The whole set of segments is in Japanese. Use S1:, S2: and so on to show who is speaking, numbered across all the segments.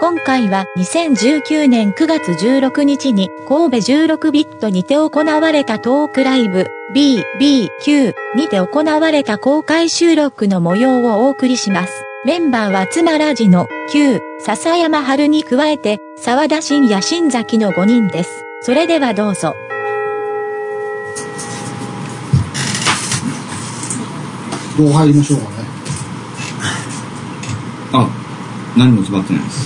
S1: 今回は2019年9月16日に神戸16ビットにて行われたトークライブ BBQ にて行われた公開収録の模様をお送りします。メンバーは妻ラジの Q、笹山春に加えて沢田信也新崎の5人です。それではどうぞ。
S2: どう入りましょうかね。
S3: あ、何も決まってな いです。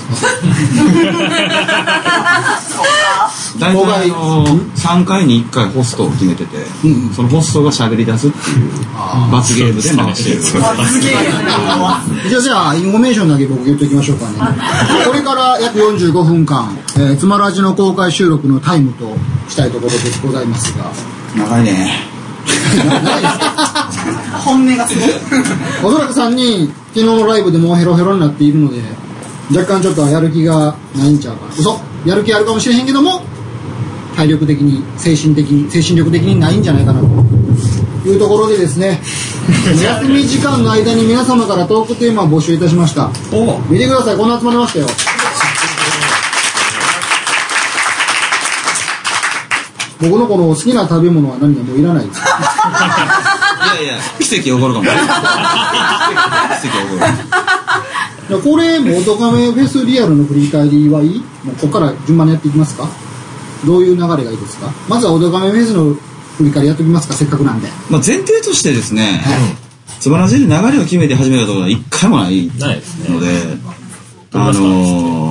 S3: 大
S2: 僕は
S3: 体あの三回に一回ホストを決めてて、
S2: うんうん
S3: そのホストが喋り出すっていう
S2: あ
S3: 罰ゲームで回してる。
S2: じゃあ、じゃあ、インフォメーションだけ僕言っときましょうかね。これから約45分間、えー、つまらじの公開収録のタイムとしたいところでございますが、
S3: 長い ね。
S2: おそらく3人、昨日のライブでもうヘロヘロになっているので、若干ちょっとやる気がないんちゃうかな。嘘やる気あるかもしれへんけども、体力的に、精神的に、精神力的にないんじゃないかなと。いうところでですね、 お休み時間の間に皆様からトークテーマを募集いたしました。
S3: お、
S2: 見てください、こんな集まりましたよ。僕のこの好きな食べ物は何かもういらないです。
S3: いやいや、奇跡起 こるかも。奇跡起こる。
S2: じゃあこれ、もドカメフェスリアルの振り返りはいいもうここから順番にやっていきますかどういう流れがいいですかまずはオドカメフェスの振り返りやっておきますかせっかくなんで。
S3: まあ前提としてですね、つばらじで流れを決めて始めたところは一回もない
S4: ないですね。
S3: ので、あの
S2: で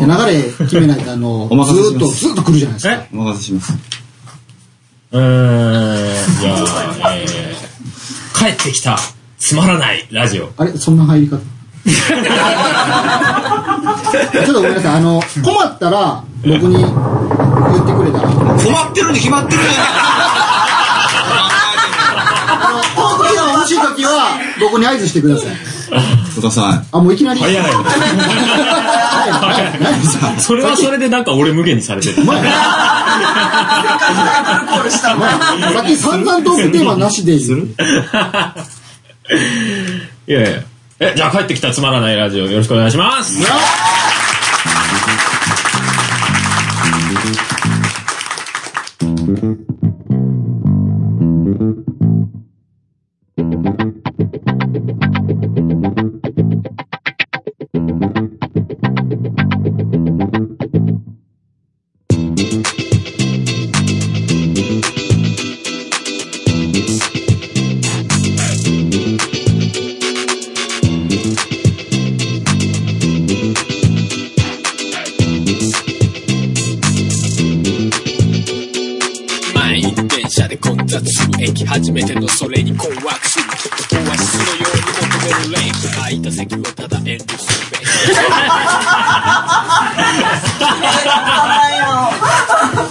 S3: ー、
S2: 流れ決めないと、あの、
S3: お任せ
S2: ず
S3: し
S2: ーっ
S3: ま
S2: と、
S3: す
S2: ずーっと来るじゃないですか。
S3: お任せします。
S4: うーん、じゃあ、えー、帰ってきた、つまらないラジオ。
S2: あれそんな入り 方ちょっとごめんなさい。あの、困ったら、僕に言ってくれたら。
S3: 困ってるに決まってるじゃない
S2: あの、トークテーマ欲しい時は、僕に合図してください。
S3: ください。
S2: あ、もういきなり。
S4: 早い
S2: はいはいはい
S4: それはそれでなんか俺無限にされてる。
S2: お前お前さっき散々トークテーマなしで。
S4: いやいや。え、じゃあ帰ってきたつまらないラジオよろしくお願いします。
S5: 満員電車で混雑する駅初めてのそれに困惑するきっとオアシスのように求めるレイク空いた席をただ遠慮するべき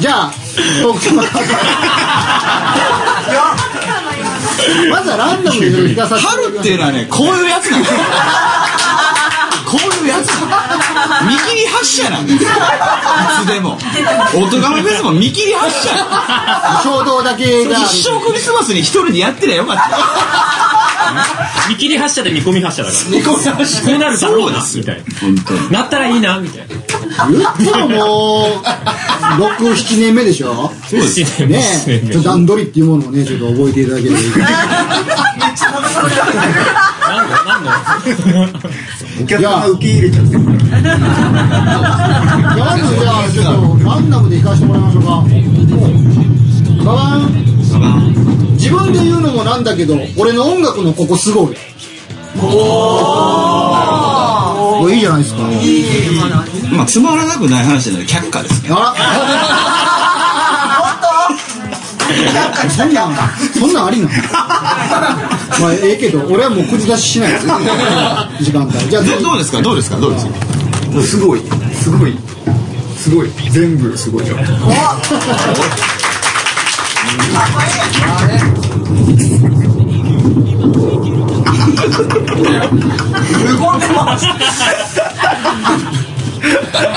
S2: じゃあ、トークテーマまずはランダムで聞かさせ
S3: 春っていうのはね、こういうやつなんだよ。こういうやつなの見切り発車なんだよ。いつでも。おとがめフェスも見切り発車
S2: 衝動だけがある。
S3: 一生クリスマスに一人でやってりゃよかった。
S4: 見切り発車で見込み発車だから。
S3: 見切り発車
S4: こうなるだろうな、
S3: そう
S4: み
S3: で
S4: たい
S3: すよ。本当に。
S4: な。なったらいいな、みたいな。
S2: 言ってももう、6、7年目でしょ
S3: そうです よ。
S2: ねえ、ちょっと段取りっていうものをね、ちょっと覚えていただければいい。
S4: 何の、何の
S6: お客さんが受け入れちゃって
S2: じ
S6: る
S2: ゃあまずじゃあちょっとランダムで行かせてもらいましょうかババン自分で言うのもなんだけど俺の音楽のここすごいおおいいじゃないですか
S3: まあ、つまらなくない話なので、却下ですね。
S2: あらそんなんそんなんありなのまあええけど俺はもう口出ししないです時間帯じゃあ
S3: ど
S2: 次
S3: どうですかどうですかどうですか
S6: もうすごいすごいすごい全部すごいよ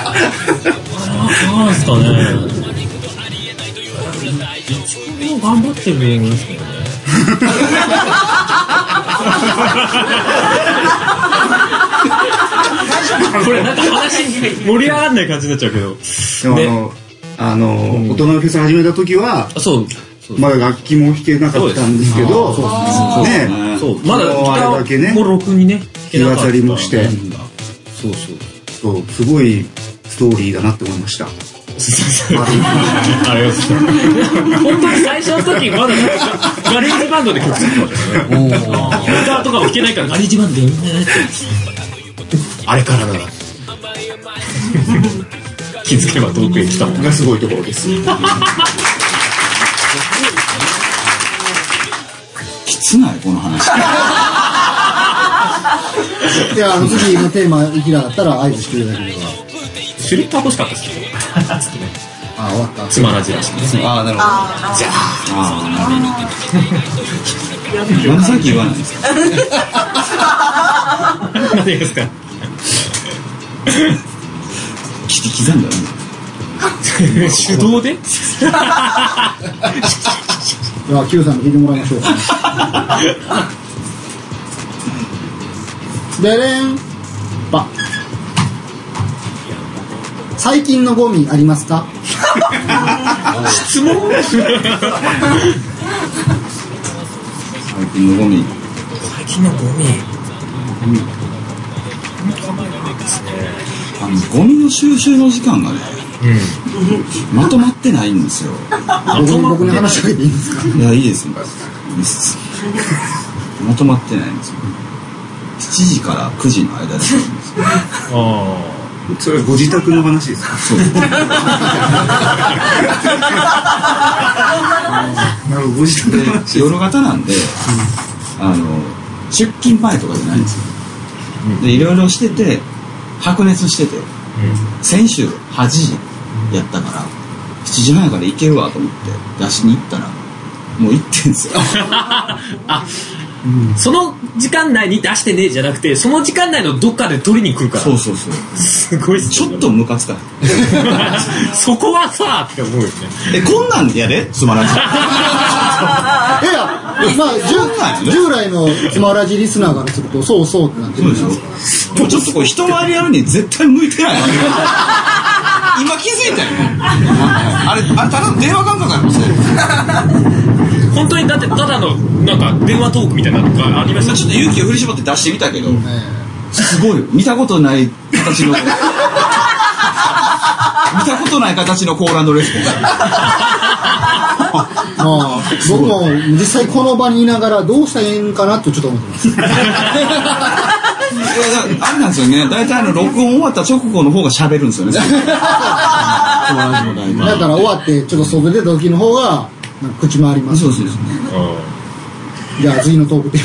S4: なんすかね。一応頑張ってる芸人ですけどね。
S7: 最初
S8: これなんか話盛り上がんない感じになっちゃうけど。
S6: でもあの、あの、大人のフェス始めた時は、
S8: あ、そう。そう
S6: まだ楽器も弾けなかったんですけど、ね、
S8: そうまだギ
S6: そのあれ
S8: タ
S6: だけね
S8: ーもろくにね弾け
S6: 日
S8: なか
S6: 当
S8: った
S6: たりもして、
S8: そうそう
S6: そうすごいストーリーだなって思いました。
S8: あれ本当に最初の時まだガレージバンドで曲作ってましたよねギターとかも弾けないからガレージバンドでみんなやってあれからだな気づけば遠くへ来たもん
S6: がすごいところです。
S3: きつないこの話
S2: いや、あの次のテーマいきなかったら合図してるだけだから。
S8: シュリッパ欲しかったっすけど
S2: あ、終わった。
S8: つまらじらしく
S3: ああなるほどじゃああなんでさっき言わないんですか
S8: 何ですか
S3: 切り刻んだよね
S8: 手動で
S2: じゃあ、Q さんに聞いてもらいましょう。でれん。ば。最近のゴミありますか
S8: 質問
S3: 最近のゴミ
S8: 最近のゴミ
S3: あのゴミの収集の時間がね、まとまってないん ですよ
S2: 僕に僕に話しかけていいんですか
S3: いやいいですね いいっすまとまってないんですよ7時から9時の間で
S8: あ
S6: それはご自宅の話ですか。
S3: そう
S6: なるほど、ご自宅の話。
S3: で夜型なんで、あの出勤前とかじゃないんですよ、でいろいろしてて白熱してて、先週8時やったから7時半やから行けるわと思って出しに行ったらもう行ってんすよ
S8: あその時間内に出してねえじゃなくてその時間内のどっかで取りに来るから
S3: そうそうそう
S8: す ごい
S3: ちょっ
S8: と
S3: とムカつかない
S8: そこはさって思うよね
S3: えこんなんやでつまらず
S2: いやいや、まあ、従従来のつまらじリスナーからすると、そうそうってなってる
S3: そうでしょもうちょっとこう人前でやるに絶対向いてない今気づいたよねあれあれただの電話感覚あります
S8: 本当にだってただのなんか電話トークみたいなのがありました
S3: ちょっと勇気を振り絞って出してみたけど、
S2: ね
S3: すごい見たことない形の見たことない形のコーランドレスポンス
S2: ああ僕も実際この場にいながらどうしたらいいんかなとちょっと思ってます。
S3: いやだあれなんですよね大体あの録音終わった直後の方が喋るんですよねコーランド大体
S2: だから終わってちょっと外出た時の方がなんか口回ります
S3: そうそうそう
S2: じゃあ次のトークで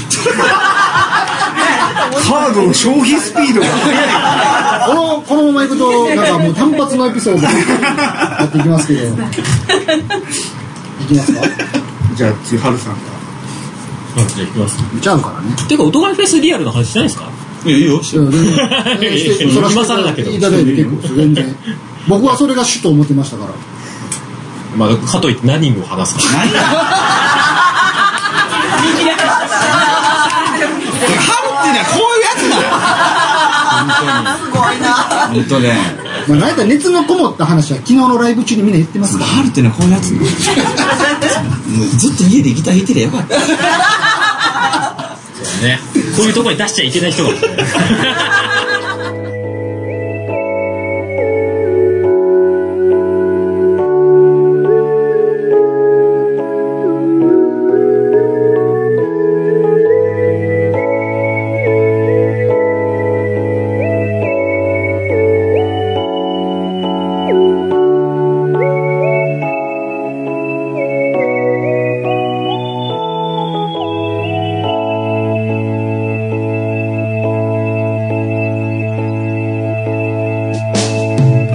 S6: カードの消費スピードが速い。
S2: このこのままいくとなんかもう単発のエピソードやっていきますけどいきますか
S6: じゃあ次、ハルさんが。
S8: じゃあ行きます
S2: ちゃうからね
S8: ていうか音がフェスリアルの話じゃないですか
S3: いやいいよ
S2: いや全然してそれはして
S8: 今更だけど
S2: いただいて結構です全然僕はそれが主と思ってましたから
S8: まあかといって何を話すか
S3: ハルってねこういうやつなの本当に本当ね
S2: まあ、なんやったら熱のこもった話は昨日のライブ中にみんな言ってますから
S3: ハルってねこういうや つなのもうずっと家でギター弾いてりゃよかった
S8: ねこういうとこに出しちゃいけない人がいるね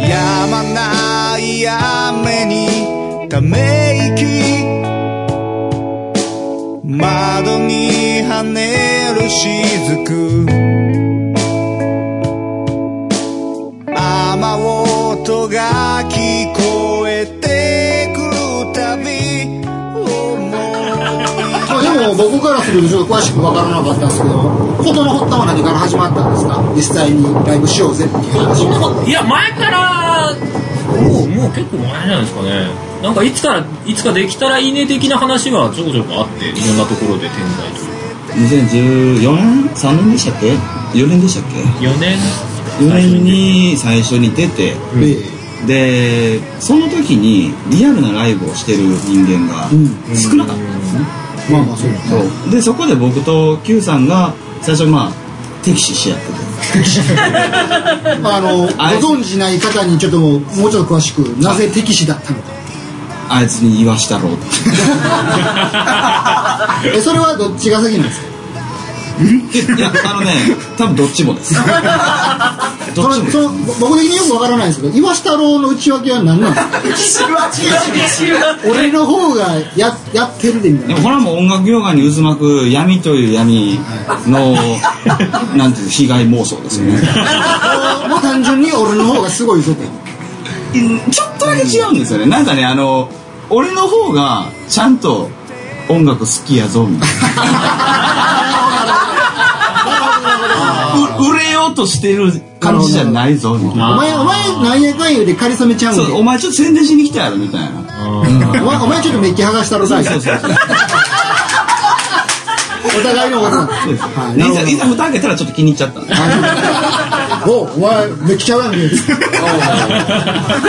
S9: やまない雨にため息窓に跳ねる雫雨音が聞こ えてくるたび思い
S2: でも僕僕からするとちょっと詳しく分からなかったんですけど、ことの発端は何から始まったんですか実際にライブしようぜっていう話。
S8: いや前からもうもう結構前じゃないですかねなんかいつからいつかできたらいいね的な話がちょこちょこあっていろんなところで点在という
S3: 2014年 ?3 年でしたっけ ?4 年でしたっけ
S8: 4年
S3: ?4 年に最初に出て、
S2: で、
S3: でその時にリアルなライブをしてる人間が
S2: うん
S3: 少なかったんですね、
S2: まあまあそうだね。
S3: そうでそこで僕と Q さんが最初まあ敵視し合ってて
S2: まああの、ご
S3: あれ
S2: 存じない方にちょっともうもうちょっと詳しく、なぜ敵視だったのか。
S3: あいつに言わしたろうって
S2: え、それはどっちが先なんですか
S3: いやあのね多分どっちも ですどっち
S2: そ
S3: も
S2: の
S3: です
S2: そのぼ僕的によく分からないんですけど岩下郎の内訳は何なん ですか俺の方がややってるでみたい な
S3: でもこれはもう音楽業界に渦巻く闇という闇の、なんていう被害妄想ですよね
S2: もう単純に俺の方がすごいぞと
S3: ちょっとだけ違うんですよね。なんかね、あの、俺の方が、ちゃんと、音楽好きやぞ、みた いな。う売れようとしてる感じじゃないぞ、みたいな。
S2: お前お前何やかん言うでかりそめちゃうん
S3: そう、
S2: で
S3: お前ちょっと宣伝しに来たやろ、みたいな。
S2: お前お前ちょっとメッキ剥がしたろ
S3: そ
S2: さ
S3: うそうそうそう。
S2: お互いのことなんです
S3: そうです
S2: はい
S3: で
S2: ないる
S3: ざ、いざ蓋開けたらちょっと気に入っちゃった。
S2: ほ どおお前メッキちゃうやんけ
S3: で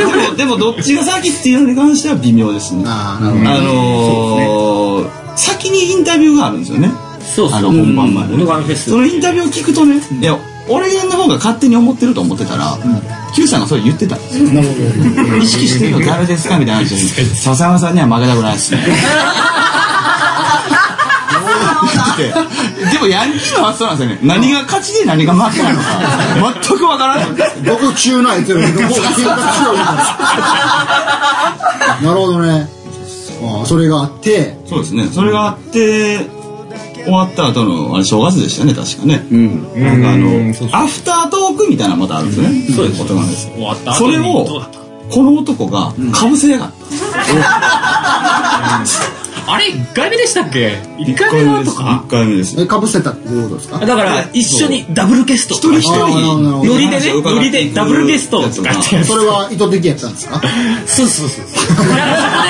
S3: も、でもどっちが先っていうのに関しては微妙ですね。あ
S2: ああなるほ
S3: のー、先にインタビューがあるんですよね。
S8: そう
S3: あの
S8: そう
S3: 本番前でね
S8: モノガンフェス
S3: そのインタビューを聞くとね、いや俺の方が勝手に思ってると思ってたら、Q さんがそれ言ってたんですよ
S2: どなるほ
S3: 意識してるの誰ですかみたいな話で笹山さんには負けたくな いですね言っててでもヤンキーの発想なんですよね何が勝ちで何が負けなのか全くわからない
S2: どどこ中のやつよりどこが強いからなるほどねああそれがあって
S3: そうですねそれがあって終わった後のあれ正月でしたね確かね、なんかあのアフタートークみたいなのまたあるんですよね、そうですなんです
S8: 終わった
S3: そ
S8: 後
S3: れ
S8: に
S3: を
S8: どうだった
S3: この男がかぶせやがった、
S8: あれ1回目でしたっけ1回目のとか
S3: 1回目です
S2: えかぶせたってどういうことですか
S8: だ から一緒にダブルゲスト
S3: 一人一
S2: あーなるほどなるほど
S3: 人
S8: ノリでねノリでダブルゲストとかってやつ
S2: それは意図的やったんですか
S8: そうそうそうそうだからそこで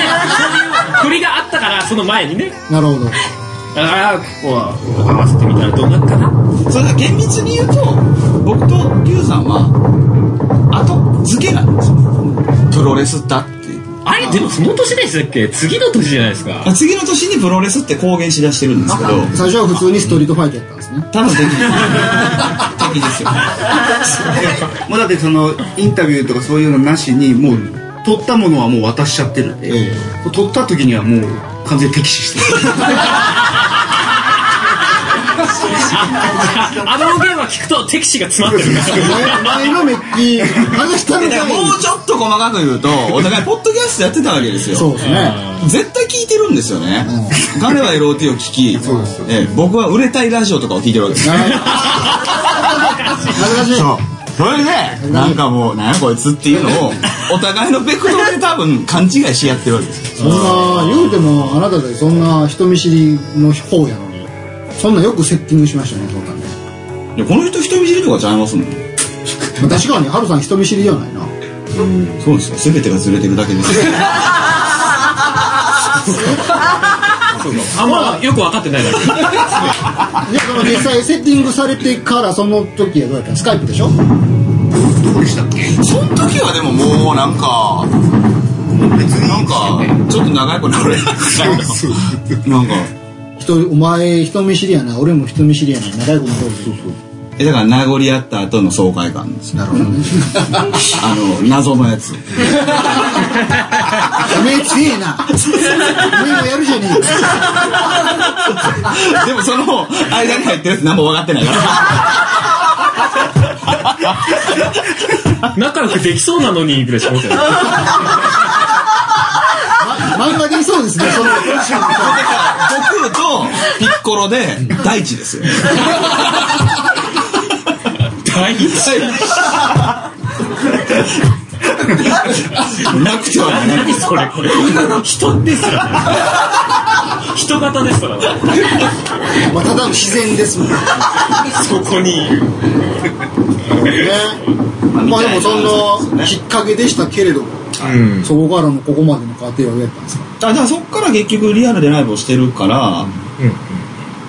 S8: そういう振りがあったからその前にね
S2: なるほど
S8: だからここは合わせてみたらどうなったな
S3: それが厳密に言うと僕と龍さんは後付けなんですよプロレスだっていう
S8: あれでもその年でしたっけ次の年じゃないですか
S3: 次の年にプロレスって公言しだしてるんですけど
S2: 最初は普通にストリートファイトやったんですね
S3: ただ敵敵ですよ
S6: もうだってそのインタビューとかそういうのなしにもう取ったものはもう渡しちゃってるんで、取った時にはもう完全に敵視 してる
S8: あの音源は聞くと敵視が詰まってるから
S2: 前前のメッキ剥がしたの
S3: だから
S2: かい
S3: もうちょっと細かく言うと お互いポッドキャストやってたわけですよ
S2: そうですね
S3: 絶対聞いてるんですよね、彼は LOT を聞き、ええ僕は売れたいラジオとかを聞いてるわけです
S2: なるほど恥ずかしい
S3: そうそれでなんかもうなんやこいつっていう のをお互いのベクトルで多分勘違いし合ってるわけです
S2: そんな言うてもあなたでそんな人見知りの方やのにそんなよくセッティングしましたねトータルね
S3: いやこの人人見知りとかちゃいますもん
S2: まあ確かにハルさん人見知りではないな
S3: そうですよ全てがずれてるだけです
S8: あんまよく分かってないだろ
S2: いやでも実際セッティングされてからその時はどうやったのスカイプでしょ
S3: その時はでももうなんかなんかちょっと長い子な俺なんか
S2: 人お前人見知りやな俺も人見知りやな長いことそう
S3: えだから名残り合った後の爽快感 です
S2: なるほどね
S3: あの謎のやつ
S2: 目強えな目もやるじゃねえか
S3: でもその間に入ってるやつ何も分かってないから
S8: 仲良くできそうなのにぐらいしか思ってない
S2: 漫画でいそうですね、その。
S3: 悟空とピッコロで大地ですよ
S8: 大事
S3: なくてはならない
S8: 何それこれ人ですら
S4: 人型ですから
S2: まあ、ただの自然ですもんね。
S4: そこにいる
S2: まあでもそんなきっかけでしたけれども、
S10: うん
S2: そこからのここまでの過程はどうやったんですか
S3: あじゃあそっから結局リアルでライブをしてるから、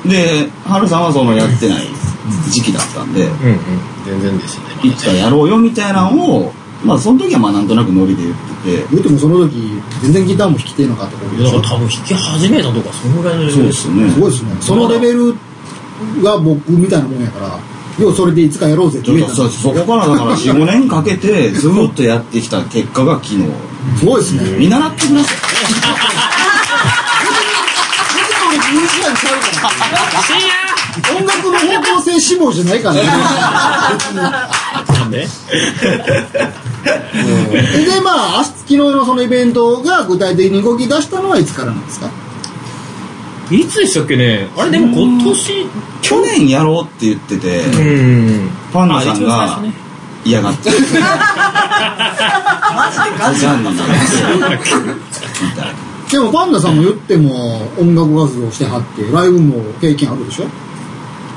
S3: でハルさんはそのやってない時期だったんで、
S10: うんうん全然ですね
S3: いつかやろうよみたいなのを、まあその時はまあなんとなくノリで言ってて、
S2: 言うてもその時、全然ギターも弾きてえのかってことで
S8: だ
S2: し
S8: か
S2: ょ
S8: ら多分弾き始めたとかそのぐらいの
S3: そうですよね。
S2: すごいですね。そのレベルが僕みたいなもんやから、要はそれでいつかやろうぜって
S3: ちょっ
S2: 言えた
S3: とそうそこからだから4、5年かけてずっとやってきた結果が昨日。
S2: すごいですね。
S3: 見習ってくださ
S2: 音楽の方向性志望じゃないからね。
S8: なんで
S2: で、まあ、明日昨日のそのイベントが具体的に動き出したのはいつからなんですか
S8: いつでしたっけねあれでも今年
S3: い。去年やろうって言ってて、
S10: うん
S3: パンダさんが嫌がって。 マジでガチ なんだ。みたいな。
S2: でもパンダさんも言っても音楽活動してはってライブも経験あるでしょ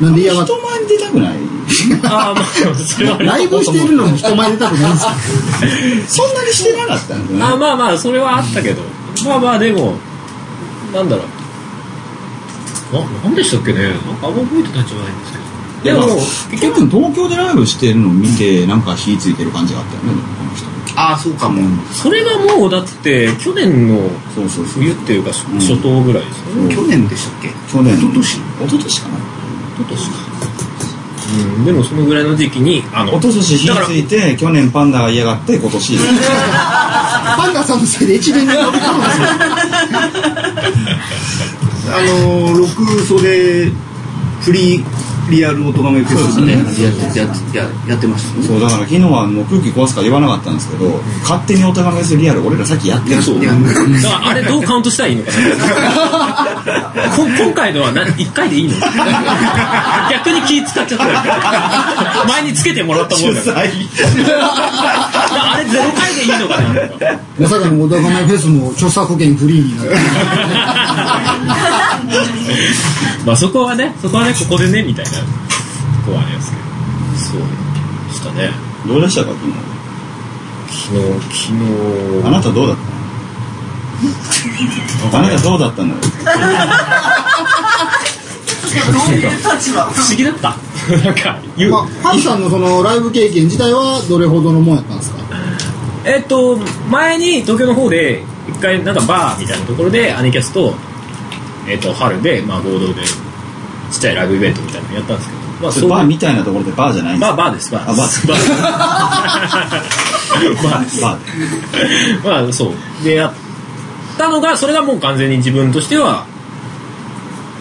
S2: なんで嫌がって
S3: 人前に出たくない
S8: ああまあそれは
S2: ライブしてるのに人前出たくないんですか
S3: そんなにしてなかったんだ
S8: あ
S3: よね。
S8: まあまあそれはあったけどまあまあでもなんだろうななんでしたっけねなんかあんま覚えてないんじゃないんですけど
S3: でも、結局東京でライブしてるのを見て、なんか火ついてる感じがあったよね、この人。
S11: ああ、そうかも。
S8: それがもうだって去年の
S3: そうそうそう。
S8: 冬っていうか初
S3: ん
S8: 初頭ぐらいですよね
S11: 去年でしたっけ
S3: 去年。一昨年一昨年かな
S8: 一昨年かうんでもそのぐらいの時期にあの
S3: 一昨年火ついて去年パンダが嫌がって今年
S2: パンダさんのせいで一年に伸びたんですよ
S11: あのー、ロクソで、フリー、リアル音がめフェスね、やって、やって、ややってましたね。
S3: そうだから昨日はもう空気壊すから言わなかったんですけど勝手にお手紙するリアル俺らさっきやってる
S11: いや
S8: だからあれどうカウントしたらいいのか なこ今回のは何1回で いいの逆に気使っちゃった前につけてもらったもんだからあれゼロ回でいいのかなとか
S2: まさかのお高めフェスも著作権フリーになる
S8: まあそこはねそこはねここでねみたいなとこはありますけどそうでしたね
S3: どうでしたか昨
S8: 昨日昨日
S3: 日あなたどうだったあなたどうだったのよ
S8: 不思議だったなんか言う、
S2: まあ、パンさんのそのライブ経験自体はどれほどのもんやったんですか
S8: えっ、と前に東京の方で一回なんかバーみたいなところでアニキャスと,、えっと春で、まあ、合同でちっちゃいライブイベントみたいなのやったんですけどまあ
S3: そ
S8: そ
S3: れ
S8: う
S3: バーみたいなところでバーじゃないんです
S8: バー
S3: か
S8: バーですバー
S3: あバー
S8: バーバーです
S3: バーで
S8: まあそうでやったのがそれがもう完全に自分としては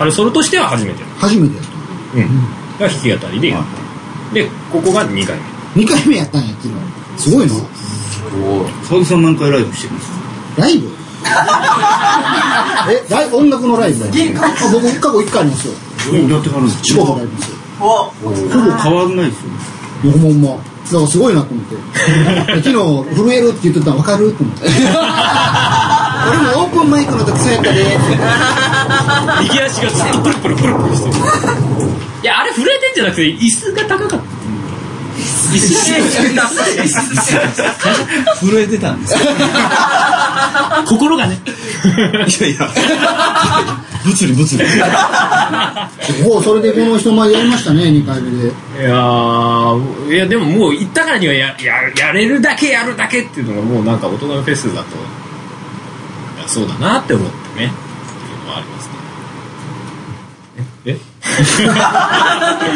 S8: あれソロとしては初めて
S2: 初めてやっ
S8: が弾き語りでやってでここが2回目
S2: た2回目やったんや昨日すごいな
S11: サブさん何回ライブしてるんです
S2: ライブえライ音楽のライブあ僕過去1回ありますよ
S11: かやってはるんです
S2: 地
S11: か
S2: 方のライブですよ
S11: ほぼ変わんないですよね。
S2: いやほんまだからすごいなと思って昨日震えるって言ってたら分かると思って 俺もオープンマイクの時そうやったで
S8: 右足がずっとプルプルプルプルしてるいやあれ震えてんじゃなくて椅子が高かった椅子
S3: 震えてたんですよ
S8: 心がね
S3: いやいや物理物理
S2: おうそれでこの人前でやりましたね2回目で
S8: いやーいやでももう行ったからにはやややれるだけやるだけっていうのがもうなんか大人のフェスだといやそうだなって思ってねっていうのはありますねええ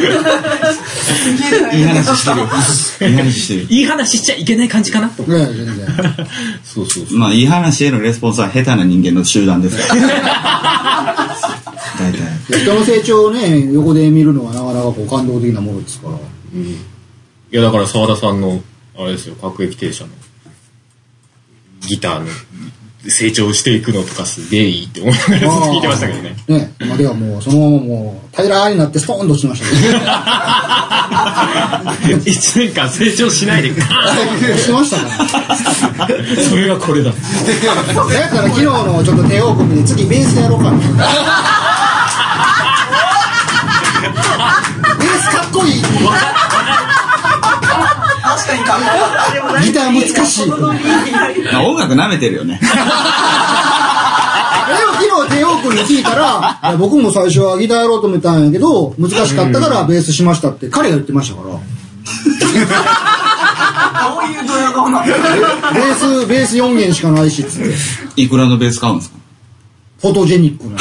S3: いい話してるいい話してる
S8: いい話しちゃいけない感じかなと思
S2: いやいや全然
S8: ってそうそうそう
S3: まあいい話へのレスポンスは下手な人間の集団ですから大体
S2: 人の成長をね横で見るのはなかなかこう感動的なものですから
S8: いやだから澤田さんのあれですよ各駅停車のギターの成長していくのとかすげえいいって思いながらずっと聞いてましたけどね。
S2: ね、まあ、ではもう、そのままもう、平らになってストーンと落ちましたね。
S8: 1年間成長しないで、
S2: 落ちましたね。
S8: それがこれだ。
S2: だから昨日のちょっと帝王国で次ベースやろうかな。ベースかっこいい。
S12: 確かにかっこいい
S2: ギター難しい。
S3: まあ音楽舐めてるよね。
S2: でも昨日帝王君に聞いたら、いや僕も最初はギターやろうと思ったんやけど、難しかったからベースしましたって彼が言ってましたから。
S12: どういうドヤ顔なの
S2: ベース、ベース4弦しかないし、つって。
S3: いくらのベース買うんですか
S2: フォトジェニック な。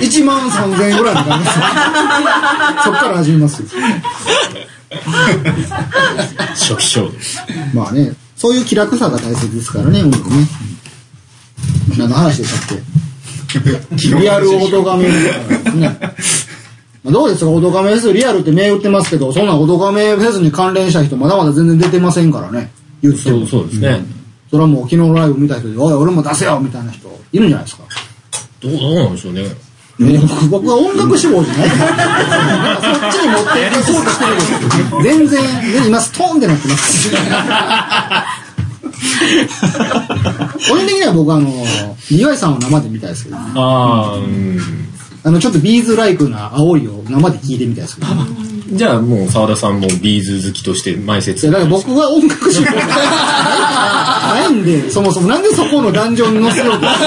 S2: 1万3000円ぐらいの感じです。そっから始めますよ。
S8: 初期衝動。
S2: まあね、そういう気楽さが大切ですからね、音楽ね。何の話でしたっけリアルオドガメですね。まあどうですか、オドガメフェス、リアルって銘打ってますけど、そんなオドガメフェスに関連した人、まだまだ全然出てませんからね、言っても。そうです
S8: ね。
S2: それはもう昨日のライブ見た人で、おい、俺も出せよみたいな人、いるんじゃないですか。
S8: どうどうなんでしょうね。
S2: ね僕は音楽志望じゃないからそっちに持っていこうとしてるんですけど全然、ね、今ストーンってなってます個人的には僕はあの岩井さんを生で見たいですけど、ね、
S8: ああ、うん。
S2: あのちょっとビーズライクな青いを生で聞いてみたいですけど、ね、
S8: じゃあもう澤田さんもビーズ好きとして前説。
S2: だから僕は音楽志望じゃないからないんでそもそもなんでそこの壇上に載せようと違うから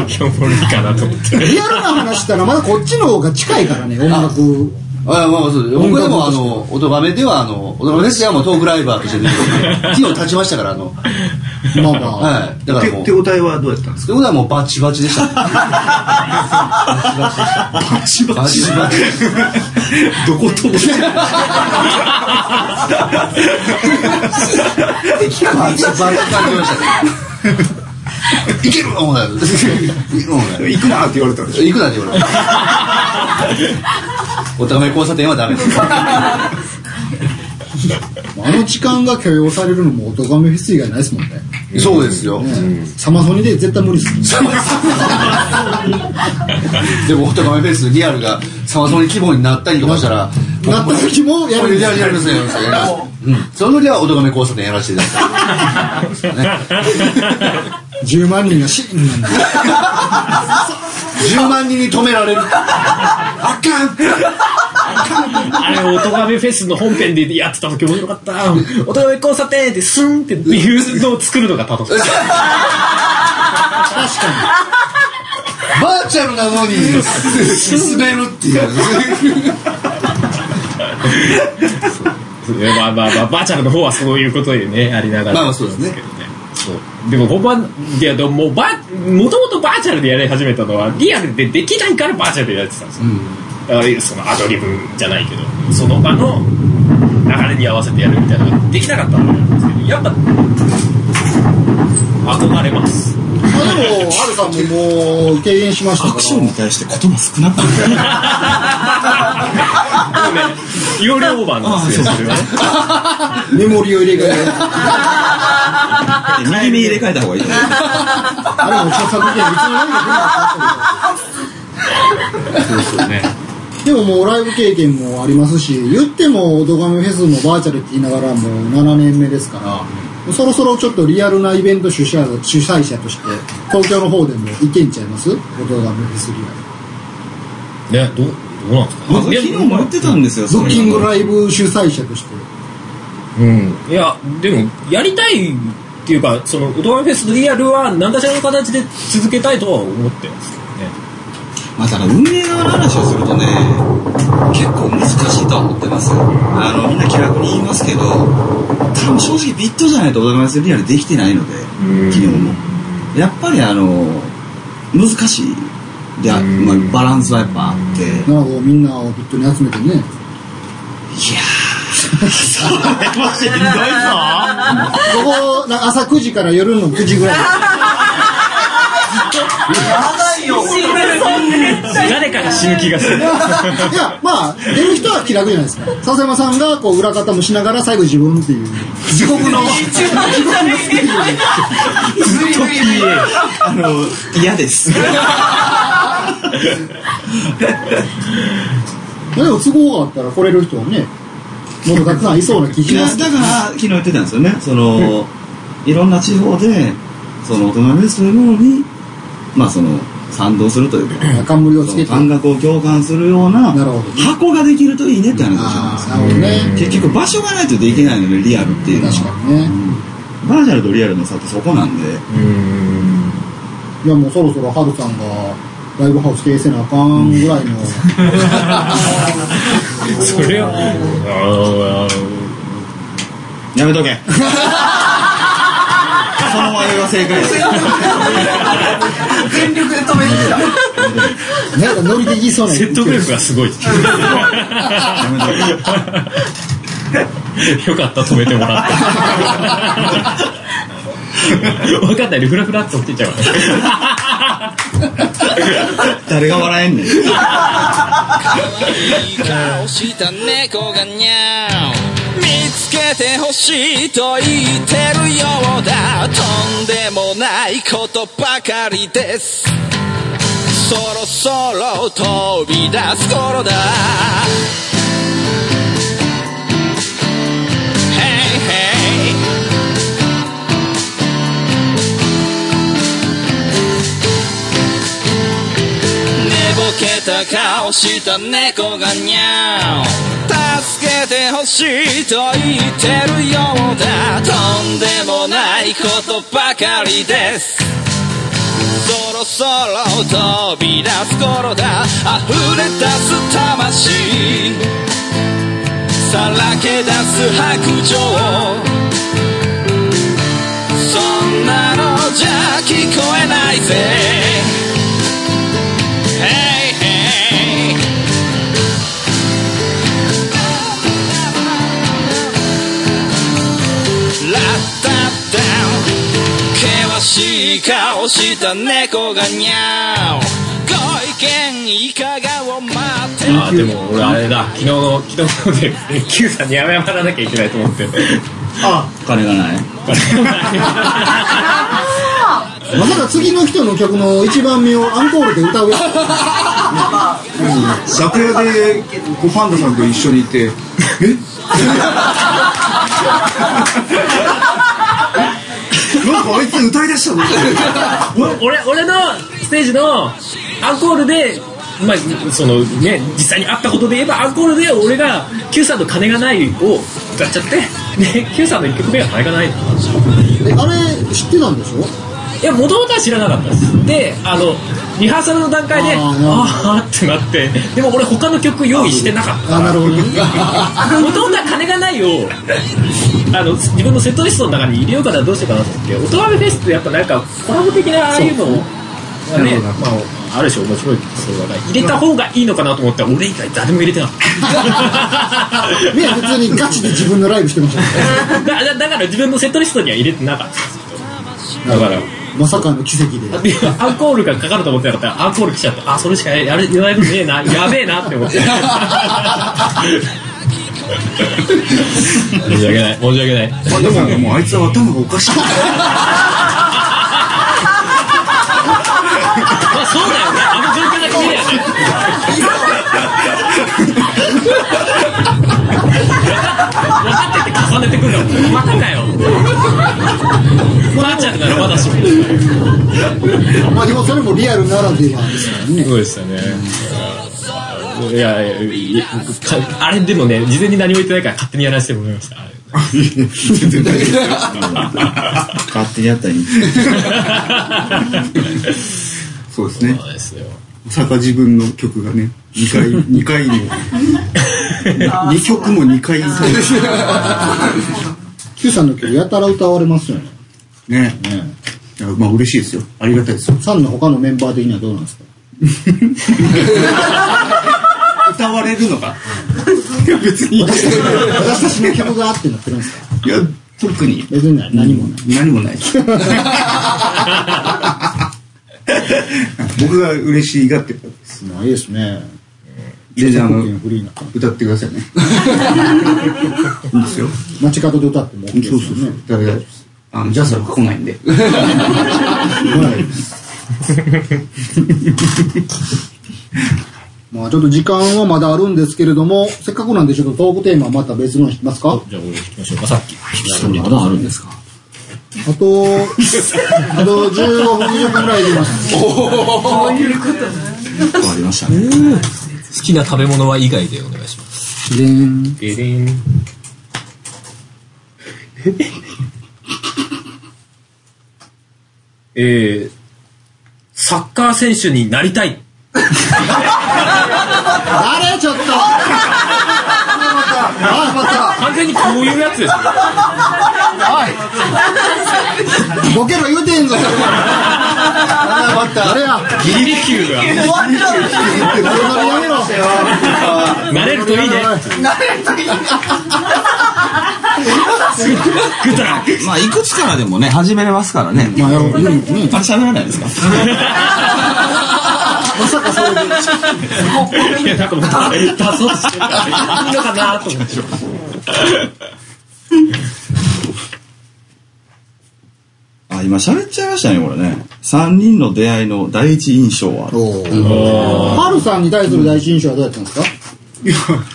S8: 今日もいいかなと思って。
S2: リアルな話したらまだこっちの方が近いからね音楽
S9: あまあそうです僕でもあの音がめではあの音がめですよもうトークライバーとして、ね、 昨日立ちましたからあの
S2: まあまあ
S9: はいだからもう
S11: 手
S9: 応えはどうやったんですか手応えはもうバチバチでした、ね、バチバチでしたバチバチ
S11: どこ飛ぶ
S9: バチバチ感じましたねいける思うなよいける思うなよ
S11: 行くなって言われたんでしょ
S9: 行くなって言われたお互い交差点はダメです
S2: あの時間が許容されるのも音がめフェス以外ないですもんね
S9: そうですよ、
S2: サマソニで絶対無理ですもんね
S9: でも音がめフェスリアルがサマソニ規模になったりとかしたら
S2: なった時もや
S9: や
S2: る
S9: るやるやりますねやりますねやりますうんその時は音がめ交差点やらせていただきた
S2: 10万人がシーンなんだ
S9: 10万人に止められるあかん
S8: あれ、音がめフェスの本編でやってた時面白かった。 音がめ交差点でスンっていうのを作るのが楽しかった。
S9: バーチャルなのに進めるっていう
S8: まあまあまあ、バーチャルの方はそういうことでね、ありながら。
S9: まあそうですね
S8: そうでも本番、いや、でももうバ、もともとバーチャルでやり始めたのは、リアルでできないからバーチャルでやってたんですよ。だから、そのアドリブじゃないけど、その場の流れに合わせてやるみたいなのができなかったんですけど、やっぱ、憧れます。
S2: まあでも、ハルさんももう敬遠しましたから。アクションに対して言葉少なく
S8: 容量オーバーなんですよ、それはね。
S2: メモリを入れ替える。
S3: 右目入れ替えた方がいいよね。
S2: あれも著作権、うちのライブでも
S8: そうですよね。
S2: でももうライブ経験もありますし、言ってもドガメフェスもバーチャルって言いながらもう7年目ですから、そろそろちょっとリアルなイベント主催者主催者として、東京の方でも行けんちゃいますドガメフェスリ
S8: ね、どう、どうなんですか
S2: アル。ブッキングライブ主催者として。
S8: うん。いや、でも、やりたいっていうか、その、オトガメフェスリアルは何かしらの形で続けたいとは思ってますけどね。
S3: まあ、だから運営側の話をするとね、結構難しいとは思ってます。あの、みんな気楽に言いますけど、多分正直ビットじゃないとオドガメスリアルできてないので、昨日も。やっぱりあの、難しい。で、あまあ、バランスはやっぱあって。
S2: なんかこうみんなをビットに集めてね。
S12: しんどいぞ
S2: ここ、なんか朝9時から夜の9時ぐらい。
S12: ばいよ死んでる
S8: 誰かが死ぬ気がする
S2: いやいやまあ出る人は気楽じゃないですか笹山さんがこう裏方もしながら最後自分っていう地獄の
S12: 一番
S3: あの、嫌です。
S2: いやでも都合があったら来れる人はねもっとたくさんいそうな気
S3: い
S2: しま
S3: や
S2: すけ
S3: だ
S2: ど
S3: から昨日言ってたんですよねその、いろんな地方でその大人ですというものにまあその賛同するというか
S2: 冠をつけて
S3: 感覚を共感するような箱ができるといいねって話をしてたんですよ、結局場所がないとできないのでリアルっていうのは
S2: ね
S3: うんバーチャルとリアルの差ってそこなんで
S2: いやもうそろそろハルさんがライブハウス経営せなあかんぐらいの、
S8: それは
S3: やめとけその話題は正解です
S12: 全力で止めてきた
S2: なんかノリで言いそうな
S8: 説得力がすごいよかった止めてもらって分かんないルフラフラって起きちゃう
S3: 誰が笑えんねん
S5: いい顔した猫がにゃー見つけてほしいと言ってるようだとんでもないことばかりですそろそろ飛び出す頃だ Hey, hey 寝ぼけた顔した猫がにゃー助けてほしいと言ってるようだとんでもないことばかりですそろそろ飛び出す頃だ溢れ出す魂さらけ出す白状そんなのじゃ聞こえないぜ Hey, hey. ラッタッタ険しい顔した猫がにゃおご意見いかがを待って
S8: あーでも俺あれだ昨日の昨日ので Q さんにやめやらなきゃいけないと思って
S2: あ
S3: 金がない
S2: まさか次の人の曲の一番目をアンコールで歌うや
S6: 楽屋でこうパンダさんと一緒にいて
S8: なんかあいつ歌い出したの 俺俺のステージのアンコールでまあそのね実際にあったことで言えばアンコールで俺が Q さんの金がないを歌っちゃってで Q さんの1曲目が金がない
S2: あれ知ってたんでしょ
S8: いやもともとは知らなかったですであのリハーサルの段階でああーってなってでも俺他の曲用意してなかった
S2: なるほどね
S8: もともとは金がないをあの自分のセットリストの中に入れようかなどうしようかなと思って「音羽フェス」ってやっぱなんかコラボ的なああいうのをまあねまあ、ある種面白いそうだから入れた方がいいのかなと思ったら俺以外誰も入れてなかった
S2: ね普通にガチで自分のライブしてました
S8: だだだから自分のセットリストには入れてなかったんですよだから
S2: まさかの奇跡で
S8: で アンコールがかかると思ってなかったらアンコール来ちゃってあそれしかやれやれるねえなやべえなって 思って申し訳ない申し訳ない
S6: あでももうあいつは頭がおかしい
S8: まあそうだよねあの状況だけ見りゃね分かってて重ねてくるのまたかよばあちゃんならまだしも
S2: まあでもそれもリアルならではですからね
S8: そうでしたねいやいやいやかあれでもね事前に何も言ってないから勝手にやらせてもらいました
S3: 全然大丈勝手にやったらいい
S6: そうですね
S8: そうですよ
S6: まさか自分の曲がね2回2回も2曲も2回以上
S2: Q さんの曲やたら歌われますよね
S6: ねいやまあ嬉しいですよありがたいですよ
S2: さんの他のメンバー的にはどうなんですか
S6: 歌われるのか
S2: 別に私たちの曲があってなってるんですか
S6: いや特に
S2: 別に何もない
S6: 何もないです
S11: 僕が嬉しいがってたんです。
S2: まあ、いいですね。
S11: 全然あの、
S2: フリーな
S11: 歌ってくださいね。いいですよ。
S2: 街角で歌っても OK ですよ
S11: そ
S2: ね。
S11: うそうそう。誰が、あの、ジャズは来ないんで。
S2: まあちょっと時間はまだあるんですけれども、せっかくなんでちょっとトークテーマはまた別のにしますか
S4: じゃあ俺聞きましょうか、さっき。
S2: まだあるんですかあと、 あと15分、20分ぐらいでます。
S12: そういうことね。
S3: 変わりましたね。
S13: 好きな食べ物は以外でお願いします。
S2: でん。
S13: ででん。
S8: えー、サッカー選手になりたい。
S2: 誰ちょっと
S8: 完全にこういうやつですよ。
S2: ボケろ言うてん ぞ、誰や
S8: ギリキューが。なれる といいね。
S3: まあ、いくつからでもね、始めれますからね。まあ、喋らないですか
S2: まさかそういう。
S8: いや、なんかもう、出そうとしてるからいいのかなと思って。
S3: あ、今喋っちゃいましたね、これね。三人の出会いの第一印象は。
S2: ハルさんに対する第一印象はどうやったんですか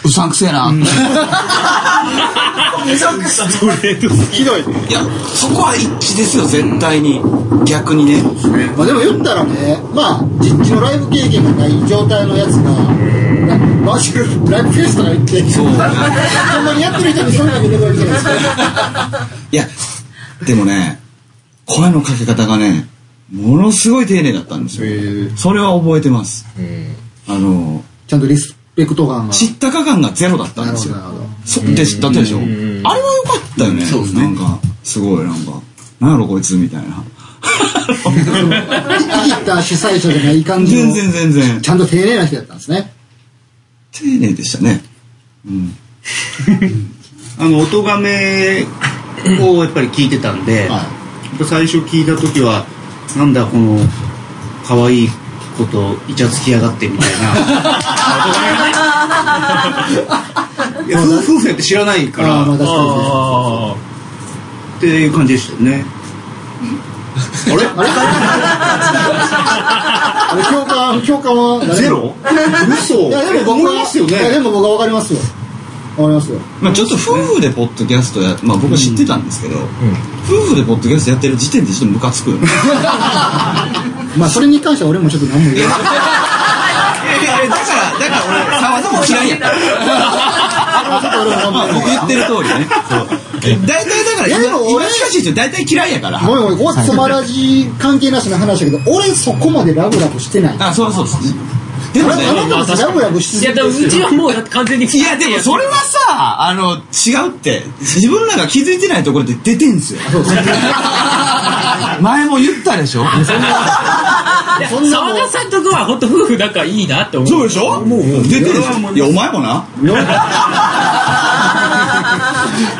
S3: うさんくせえな。
S2: ひどい。
S3: いや、そこは一致ですよ、絶対に。逆にね。
S2: まあでも言ったらね、まあ、実地のライブ経験がない状態のやつが、バーチャルライブフェスとか行って、そんなにやってる人にそんな見てくれるじゃないですか。
S3: いや、でもね、声のかけ方がね、ものすごい丁寧だったんですよ。それは覚えてます。あの、
S2: ちゃんとリスペクト感が。
S3: 知ったか感がゼロだったんですよ。そでだったでしょ。あれは良かったよね。そうなんか、すごいなんか、なんやろこいつみたいな。
S2: 生きた主催者じゃない感じの。
S3: 全然全然。
S2: ちゃんと丁寧な人だったんですね。
S3: 丁寧でしたね。うん。
S11: あの、音がめをやっぱり聞いてたんで、最初聞いた時は、なんだこの、可愛いこと、イチャつきやがってみたい な。いや夫夫婦やって知らないから。っていう感じでしたよね。あれ
S2: あれ、共感、共感は誰も。
S11: ゼロ嘘
S2: いや、でも僕は、
S11: 思いますよね
S2: いや、でも僕はわかりますよ。わかりますよ。
S3: まあちょっと夫婦でポッドキャストや、まあ僕は知ってたんですけど、夫婦でポッドキャストやってる時点でちょっとムカつくよね。
S2: まあ、それに関しては俺もちょっと何も言えない。
S3: だから、だから俺、沢田も嫌いやった。まあ僕言ってる通りね。 大体だから、
S2: いやでも
S3: 今
S2: 俺
S3: しかしい人大体嫌いやから。
S2: ごめんごめん、おつまら
S3: い。
S2: じ関係なしの話だけど、俺そこまでラブラブしてない。
S3: あ、そうそうですね。
S2: でもねあなたたちラブラブし
S8: いや、でもうちはもう完全に。
S3: いや、でもそれはさ、あの、違うって、自分らが気づいてないところで出てんすよ。 前も言ったでしょ
S8: いや沢田さんとこは本当夫婦仲いいなって思う。
S3: そうでしょもう、もう出てるでしょいや、お前もな。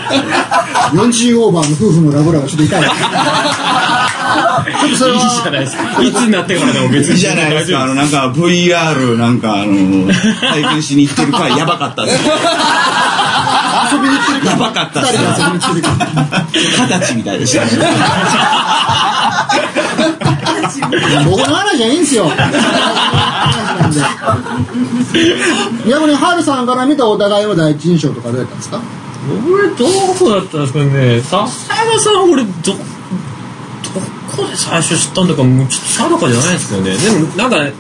S2: 40オーバ ーの夫婦のラブラブちょっと痛い。
S8: いいじゃないですか。いつになってからでも別に。
S3: いいじゃないですか。あの、なんか VR なんか、あの、体験しに行ってるからやばかったっす
S2: 遊びに来てる
S3: やばかったっす
S2: 二人が遊びに来てるから
S3: 二十歳みたいでしたね。
S2: 僕の話じゃいいんすよ。逆に、ハルさんから見たお互いの第一印象とかどうやったんですか
S8: 俺どこだったんですかね笹山さん俺どどこで最初知ったんだかもうちょっと定かじゃないですけどねでもなんかね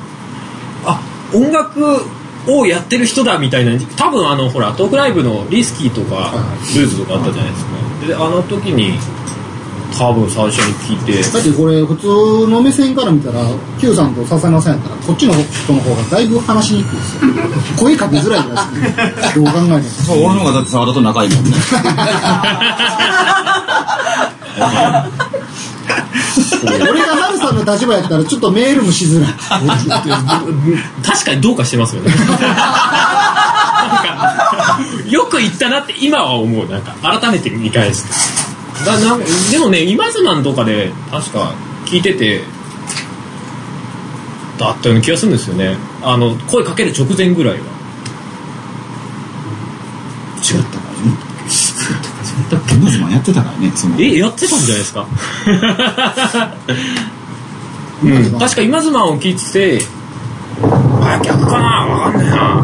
S8: あ音楽をやってる人だみたいな多分あのほらトークライブのリスキーとかルーズとかあったじゃないですかであの時に多分最初に聞いて
S2: だってこれ、普通の目線から見たら、Q さんと笹山さんやったら、こっちの人の方がだいぶ話しにくいですよ。声かけづらいじゃないですか。どう考えても。
S3: そう、俺の方がだって沢田と仲いいもんね。
S2: 俺がハルさんの立場やったら、ちょっとメールもしづらい。
S8: 確かにどうかしてますよねなんかよく言ったなって今は思うなんか改めて見返すだなんでもね今妻のとかで確か聞いててだったような気がするんですよねあの声かける直前ぐらいは
S3: 違ったからねだってムズマンやってたからねその
S8: えやってたんじゃないですかうん、確か今妻を聞いててあ逆かなわかんないな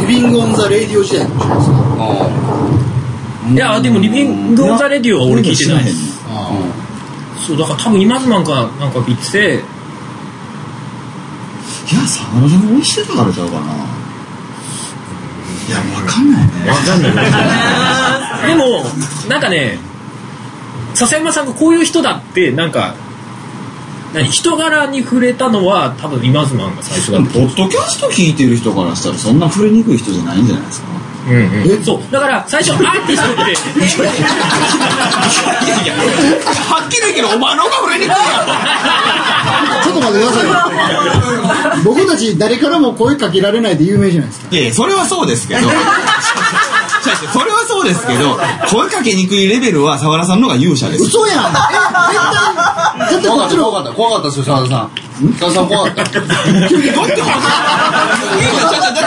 S2: リビング・オン・ザ・レディオ時代かもしれないですね
S8: いやでもリビング・オン・ザ・レディオは俺聞いてないですそうだから多分今妻かなんか聞いてて
S3: いや、沢村さんが応援してたからちゃうかな。いや、わかんないね。わかん
S8: でも、なんかね、笹山さんがこういう人だって、なんか、何人柄に触れたのは、多分今妻が最初だった。
S3: ポッドキャスト聞いてる人からしたら、そんな触れにくい人じゃないんじゃないですか。
S8: うんうん、そうだから最初アーティストって
S5: はっきり言うけどお前の方が触れにくいや
S2: ちょっと待ってくださいよ僕たち誰からも声かけられないで有名じゃないですか
S3: いやいや、それはそうですけど。違う違うそれはそうですけど、声かけにくいレベルは、沢村さんの方が勇者です。
S2: 嘘やんえ絶対絶対こっちの
S9: 怖かった怖かったですよ澤田さん澤田さん怖かった
S3: だって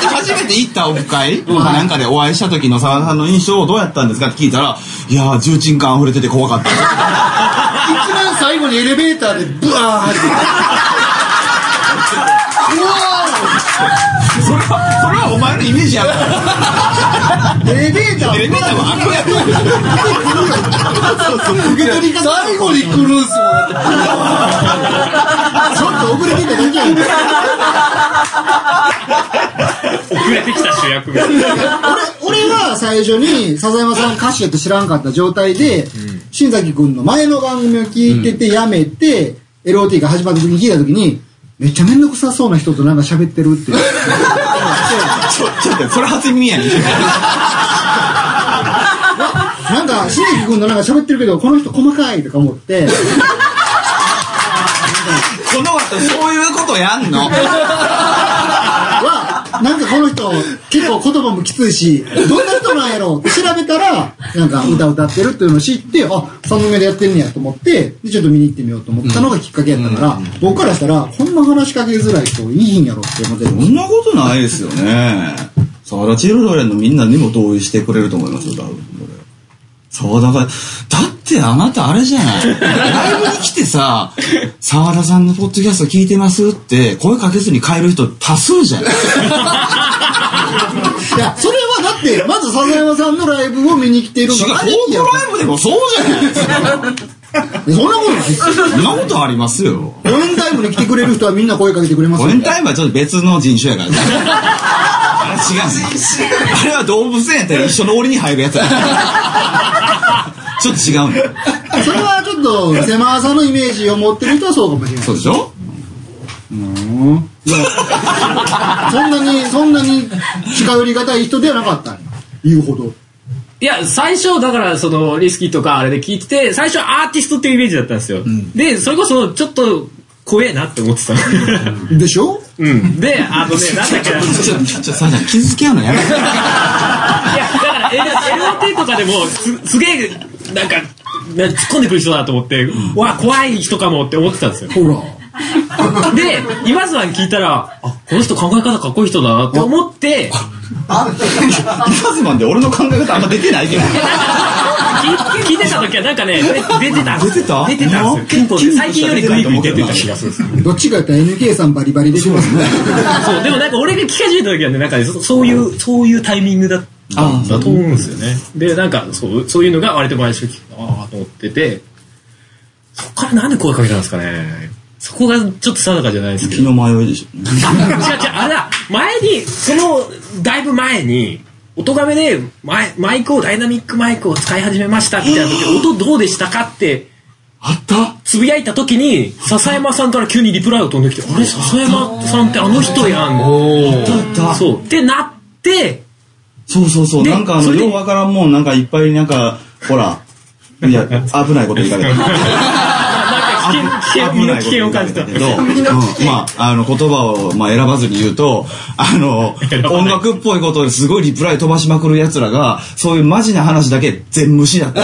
S3: 初めて行ったオフ会、なんかでお会いした時の沢田さんの印象をどうやったんですかって聞いたら、いやー、重鎮感溢れてて怖かった。
S2: 一番最後にエレベーターでブワーってうわ
S3: それは、それはお前のイメージ やから。
S2: エレベーター
S3: エレベーターは悪や
S2: 最後に来るんすもんちょっと遅れてただけやん
S8: 遅れてきた主役が
S2: 俺は最初に笹山さん歌手やって知らんかった状態で、新崎君の前の番組を聞いててやめて、LOT が始まった時に聞いた時に、めっちゃめんどくさそうな人となんか喋ってる って。
S3: ちょ、ちょっと、それ初耳や ねん。
S2: なんか、新崎君のなんか喋ってるけど、この人細かいとか思 って、
S3: この後そういうことやんの
S2: は、なんかこの人、結構言葉もきついし、どんな人なんやろうって調べたら、なんか歌歌ってるっていうのを知って、あ、3組目でやってんねやと思って、で、ちょっと見に行ってみようと思ったのがきっかけやったから、僕からしたら、こんな話しかけづらい人いいんやろって思ってる。
S3: そんなことないですよね。沢田チルドレンのみんなにも同意してくれると思いますよ、多分。俺沢田が、だってあなたあれじゃない。ライブに来てさ、沢田さんのポッドキャスト聞いてますって声かけずに帰る人多数じゃない。
S2: いや、それはだって、まず笹山さんのライブを見に来ているのが
S3: 違うフォークライブでもそうじゃないですか。
S2: そんなことないですよ
S3: そんなことありますよ。
S2: オレンタイムに来てくれる人はみんな声かけてくれます
S3: オレンタイムはちょっと別の人種やからね。あれ違うね。あれは動物園やったら一緒の檻に入るやつや。ちょっと違うね。
S2: それはちょっと、狭さのイメージを持ってる人はそうかもしれない。
S3: そうでしょうん。
S2: いやそんなに、そんなに近寄りがたい人ではなかったんや言うほど。
S8: いや最初だからそのリスキーとかあれで聞いてて最初アーティストっていうイメージだったんですよ、でそれこそちょっと怖えなって思ってた
S2: でしょ
S8: うんであのねなんだっけな
S3: ちょっと、ちょっと、さあじゃん傷つけ合うのやめて。
S8: いや、だから、L- LOT とかでも、す、すげえ、なんか、な突っ込んでくる人だと思って、わあ、怖い人かもって思ってたんですよ。
S2: ほ
S8: ら。で、今ずは聞いたら、あ、この人考え方かっこいい人だなって思って、
S3: カズマンで俺の考え方あんま出てないけど。
S8: 聞聞いてた時はなんかね、出てたんです
S3: 出てた
S8: 出てたんですよ。結構ね、最近よりグイグイ出てた気がするんですよ。
S2: どっちかやったら NK さんバリバリ出てます ね。
S8: そう、でもなんか俺が聞き始めた時はね、なんかねそそういう、そういうタイミングだったんだと思うんですよね。で、なんかそう、そういうのが割と毎週聞く、ああ、と思ってて、そっからなんで声かけたんですかね。そこがちょっと定かじゃないですけど。
S3: 気の迷いでしょ。
S8: 違う違う、あれだ、前に、その、だいぶ前に、音がめでマイマイクをダイナミックマイクを使い始めましたってやった時音どうでしたかって
S3: あった
S8: つぶやいた時に笹山さんから急にリプライを飛んできて「あれ笹山さんってあの人やん」そうってなって
S3: そうそうそう。
S8: で
S3: なんかあ
S8: そ
S3: の、
S8: れで
S3: ようわからんもん、なんかいっぱいなんか、ほら、いや、危ないこと言いかれた。
S8: 危険身の危険を感じた
S3: けど、うんまあ、あの、言葉を、まあ、選ばずに言うと、あの、音楽っぽいことですごいリ プライ飛ばしまくる奴らが、そういうマジな話だけ全無視だった。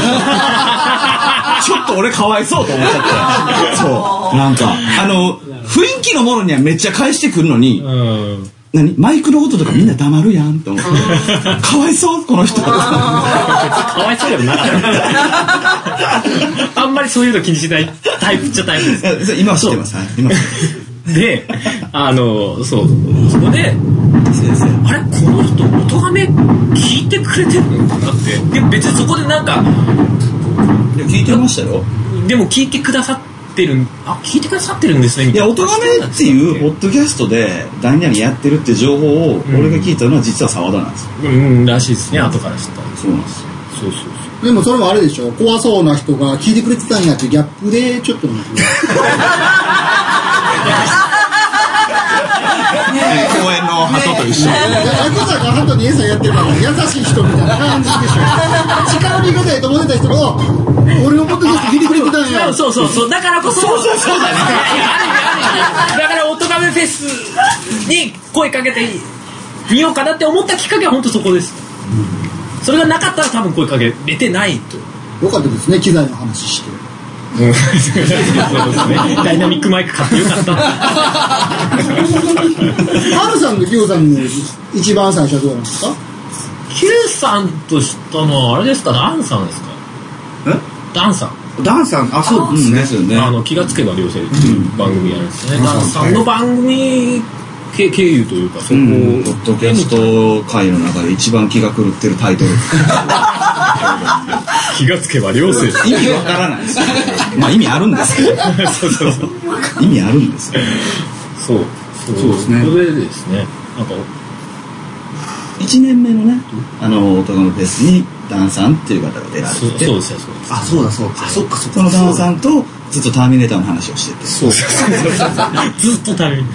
S3: ちょっと俺かわいそうと思っちゃって。そう。なんか、あの、雰囲気のものにはめっちゃ返してくるのに、何マイクの音とかみんな黙るやんって思って。かわいそう、この 人。
S8: かわいそうでもなかった。あんまりそういうの気にしないタイプっちゃタイプです。
S3: 今は知ってます。今
S8: で、あの、そう、そこで、 あれ、この人、音がめ聞いてくれてるのかなって。で、別にそこでなんか、
S3: 聞いてましたよ。
S8: でも聞いてくださってるん、あ、聞いてくださってるんですね、み
S3: い
S8: た
S3: や、
S8: いな。
S3: おとがめっていうポッドキャストで、何々やってるって情報を、俺が聞いたのは実は沢田なんですよ。
S8: うん、らしいですね、後から知った。
S3: そうなんですよ。
S8: そうそうそう。
S2: でもそれもあれでしょ怖そうな人が聞いてくれてたんやってギャップでちょっとね
S3: 公園の鳩と一緒。
S2: ヤクザがハトに餌やってるから優しい人みたいな感じでしょ力の言い方やと思ってた人がお俺のポッドキャスト聞いてくれてたんや
S8: そうそうそう、だからこそ、
S2: そうそうそうだね
S8: いやある意味ある意味だから、オトガメフェスに声かけてみようかなって思ったきっかけは本当そこです。それがなかったら多分声かけれてないと。
S2: よかったですね機材の話して
S8: そうですね。ダイナミックマイク買ってよかっ た。
S2: ハルさんと Q さんの一番最初はどうなんですか
S8: Q さんとしたのはあれですかね、アンさんですかえダンさん。
S11: ダンさん、あ、そう
S8: ですね。
S3: よね
S8: あの気がつけば両性番組やるんですね。ダンさんの番組経経由というか、そこ
S3: ポッドキャスト界の中で一番気が狂ってるタイトル。
S8: 気がつけば両性
S3: 意味わからないです。 まあ意味あるんですけど。
S8: そうそうそう。
S3: 意味あるんですよ。
S8: そう。そう
S3: そうですね
S8: それでですね、なんか、
S3: 1年目のね、あの、男のフェスに、ダンさんっていう方が出られて
S8: そうそうですよそうです
S3: あ、そうだそうだ。あ、そっかそっ
S8: か
S3: そのダンさんと、ずっとターミネーターの話をしてて。そう
S8: ずっとタイミング。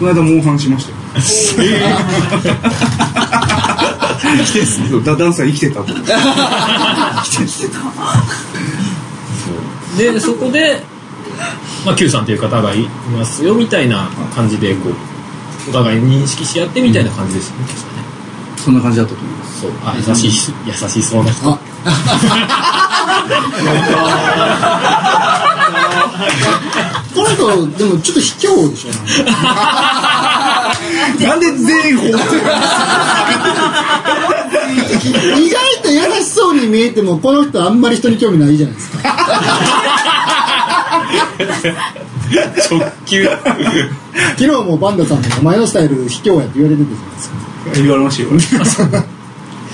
S6: この間、モンハンしましたよ。
S3: 生きてるっすね。
S6: ダダンさん生きてたと思って。
S8: で、そこで、まあ、Q さんという方がいますよ、みたいな感じで、こう、お互い認識し合ってみたいな感じですよね。
S11: そんな感じだったと思います。
S8: そう。あ、優しいし、優しそうな人。
S2: この人でもちょっと卑怯でしょ
S11: なんで全員放って
S2: 意外と優しそうに見えてもこの人あんまり人に興味ないじゃないですか
S8: 直球
S2: 昨日もバンダさんに「お前のスタイル卑怯や」って言われてたじゃないですか
S6: 言われましたよ。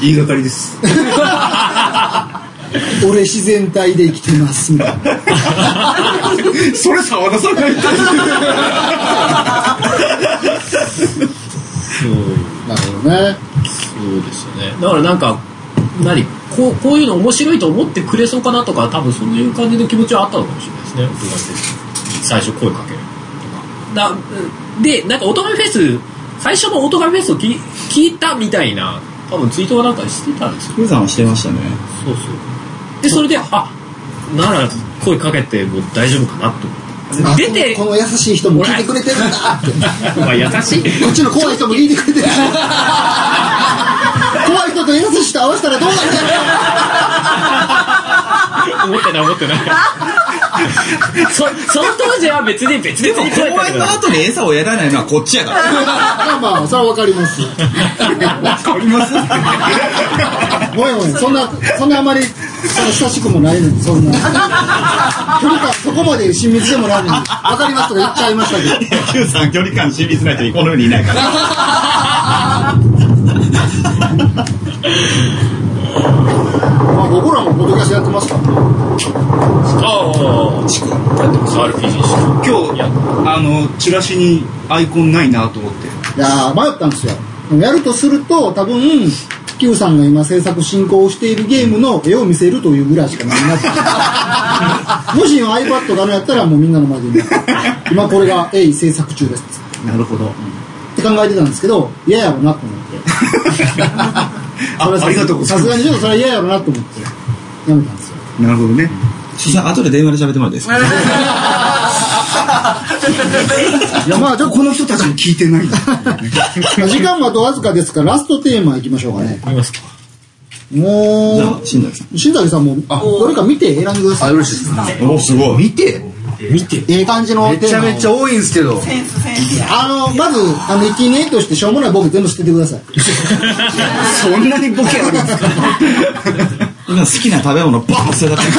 S6: 言いがかりです。
S2: 俺自然体で生きてますみたいな
S6: それ沢田さんが言った
S8: そう。
S2: なるほどね。
S8: そうですよね。だからなんか、何こう、こういうの面白いと思ってくれそうかなとか、多分そういう感じの気持ちはあったのかもしれないですね。僕だって最初声かけるとか。だで、なんか、オトガメフェス、最初のオトガメフェスを聞聞いたみたいな、多分ツイートがなんかしてたんですよ。
S3: Q さんはしてましたね。
S8: そうそう。で、それで、あ、なら声かけても大丈夫かなと思って。出て、
S2: この優しい人も聞いてくれてるんだって
S8: まあ優し い。
S2: こっちの怖い人も聞いてくれてる怖い人と優しい人合わせたらどうなんだよ
S8: 思ってない思ってない そその当時は別に別に
S3: でも、公園の後に餌をやらないのはこっちやから。
S2: まあまあそれはわかります
S3: わかり ます
S2: ごめんごめんそんなそんなあまりその親しくもないのにそんな距離感そこまで親密でもないのにわかりますとか言っちゃいましたけど
S3: Q さん距離感親密ない人この世にいないから。
S2: まあ僕らもポッドキャストやってますから
S8: ああ、チコやってます RPG し
S6: 今日、あの、チラシにアイコンないなと思って。
S2: いやー迷ったんですよでもやるとすると多分 Q さんが今制作進行をしているゲームの絵を見せるというぐらいしかないなってもし今 iPad があるんやったらもうみんなの前で今今これが鋭意制作中です
S11: なるほど。
S2: って考えてたんですけど嫌やろなと思って
S11: あありがとうござい
S2: さす
S11: ま
S2: がにちょっとそれは嫌やろなと思ってやめたんですよ
S11: す。なるほどね。
S3: 主催、後で電話で喋ってもらっていいですか
S2: いやまあちょっと
S6: この人たちも聞いてないんだ。
S2: 時間はあとわずかですからラストテーマいきましょうかね
S8: ょいますか
S2: もう、
S3: じゃあ新崎さ
S2: 新崎さんも、どれか見て選んでください。よろしいですか
S3: おすごい
S9: 見て
S8: 見て
S2: ええ感じの
S9: めちゃめちゃ多いんですけど
S2: ンスセンスあのまずあの生贄としてしょうもないボケ全部捨ててください
S11: そんなにボケあるんです か
S3: 今好きな食べ物バーン捨てたって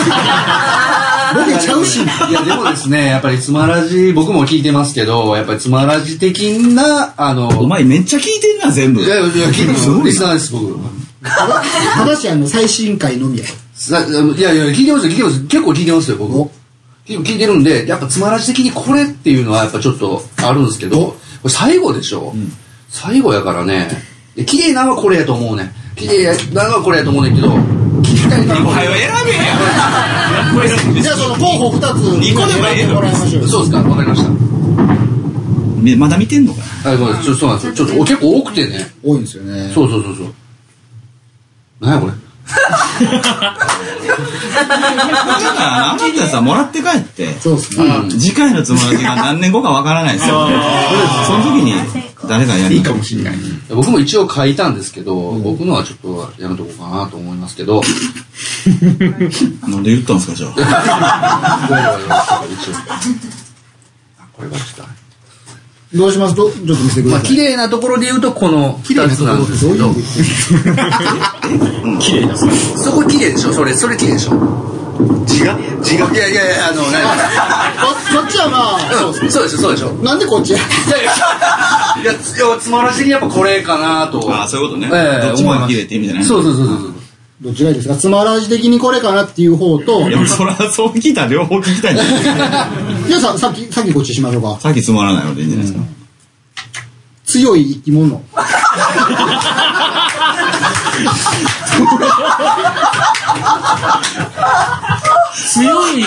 S9: 僕ちゃうし。いや、でもですね、やっぱりつまらじ、僕も聞いてますけど、やっぱりつまらじ的な、あの。お
S3: 前めっちゃ聞いてんな、全部
S9: いやいや、聞いてます。リスナーです、僕。
S2: ただしあの最新回のみや
S9: さいやいや、聞いてますよ、聞いてます。結構聞いてますよ、僕。結構聞いてるんで、やっぱつまらじ的にこれっていうのはやっぱちょっとあるんですけど、これ最後でしょ、最後やからね、で綺麗なのはこれやと思うね。綺麗なのはこれやと思うねんけど、聞きたいな。は選べ
S2: じゃあその候補2つ2個でも選んでもらいましょう
S9: そうですか、わかりました。
S3: みまだ見てんのか
S9: あ、ごめん、ちょそうなんですよ。ちょっとお結構多くてね。
S2: 多いんですよね
S9: そうそうそうそう。なんやこれ。
S3: だから余ったやつはもらって帰って
S2: そうです
S3: ね、次回のつまらじが何年後かわからないですよその時に誰がやるいいかもしれない
S9: 僕も一応書いたんですけど、僕のはちょっとやめとこうかなと思いますけど。
S3: なんで言ったんですか、じゃ
S9: あ。これはちょっ
S2: どうしますとちょっと見せて
S9: と。
S2: く
S9: ま
S2: だ
S9: あ、
S2: さ
S9: 綺
S2: い、
S9: 麗なところで言うと、この
S2: 綺麗
S9: 2
S2: な
S9: つ
S2: とこ
S9: な
S2: ろ
S9: ん
S2: っ
S9: で
S2: て
S9: す
S2: どう
S9: け
S2: いう
S9: ど
S2: こ。
S9: 綺麗なそこ綺麗でしょそれ、それ綺麗でしょ違う違う。いやいやいや、あの、
S2: ここっちはまあ、
S9: そうでしょ、そうでしょ。
S2: なんでこっちや
S9: いやいや、いや、いやつ まらしにやっぱこれかなと。
S3: ああそういうことね、
S9: ええ
S3: どっちもが綺麗って意味じゃない
S9: そうそうそうそう
S3: そう
S2: どちらですかつまらじ的にこれかなっていう方と
S3: いやそりゃそう聞いたら両方聞きたい んだ
S2: じゃあささっきさっきこっちしましょうか
S3: さっきつまらないのでいいんじゃないですか、
S2: 強い生き物
S8: 強い。